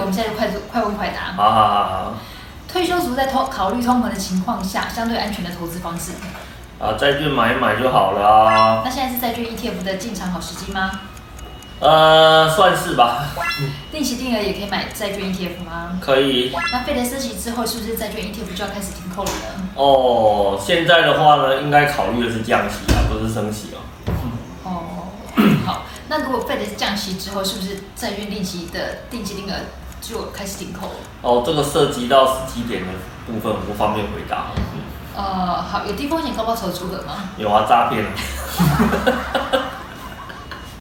我们现在就快速快问快答。好好好好。退休族在通考虑通膨的情况下，相对安全的投资方式。啊，债券买一买就好了啊。那现在是债券 ETF 的进场好时机吗？呃，算是吧，定期定额也可以买债券 ETF 吗？可以。那费德升息之后，是不是债券 ETF 就要开始停扣了呢？哦，现在的话呢，应该考虑的是降息啊，不是升息哦。哦，好。那如果费德降息之后，是不是债券利息的定期定额就开始停扣了？哦，这个涉及到十几点的部分，我不方便回答。嗯呃，好，有低风险高报酬的组合吗？有啊，诈骗啊。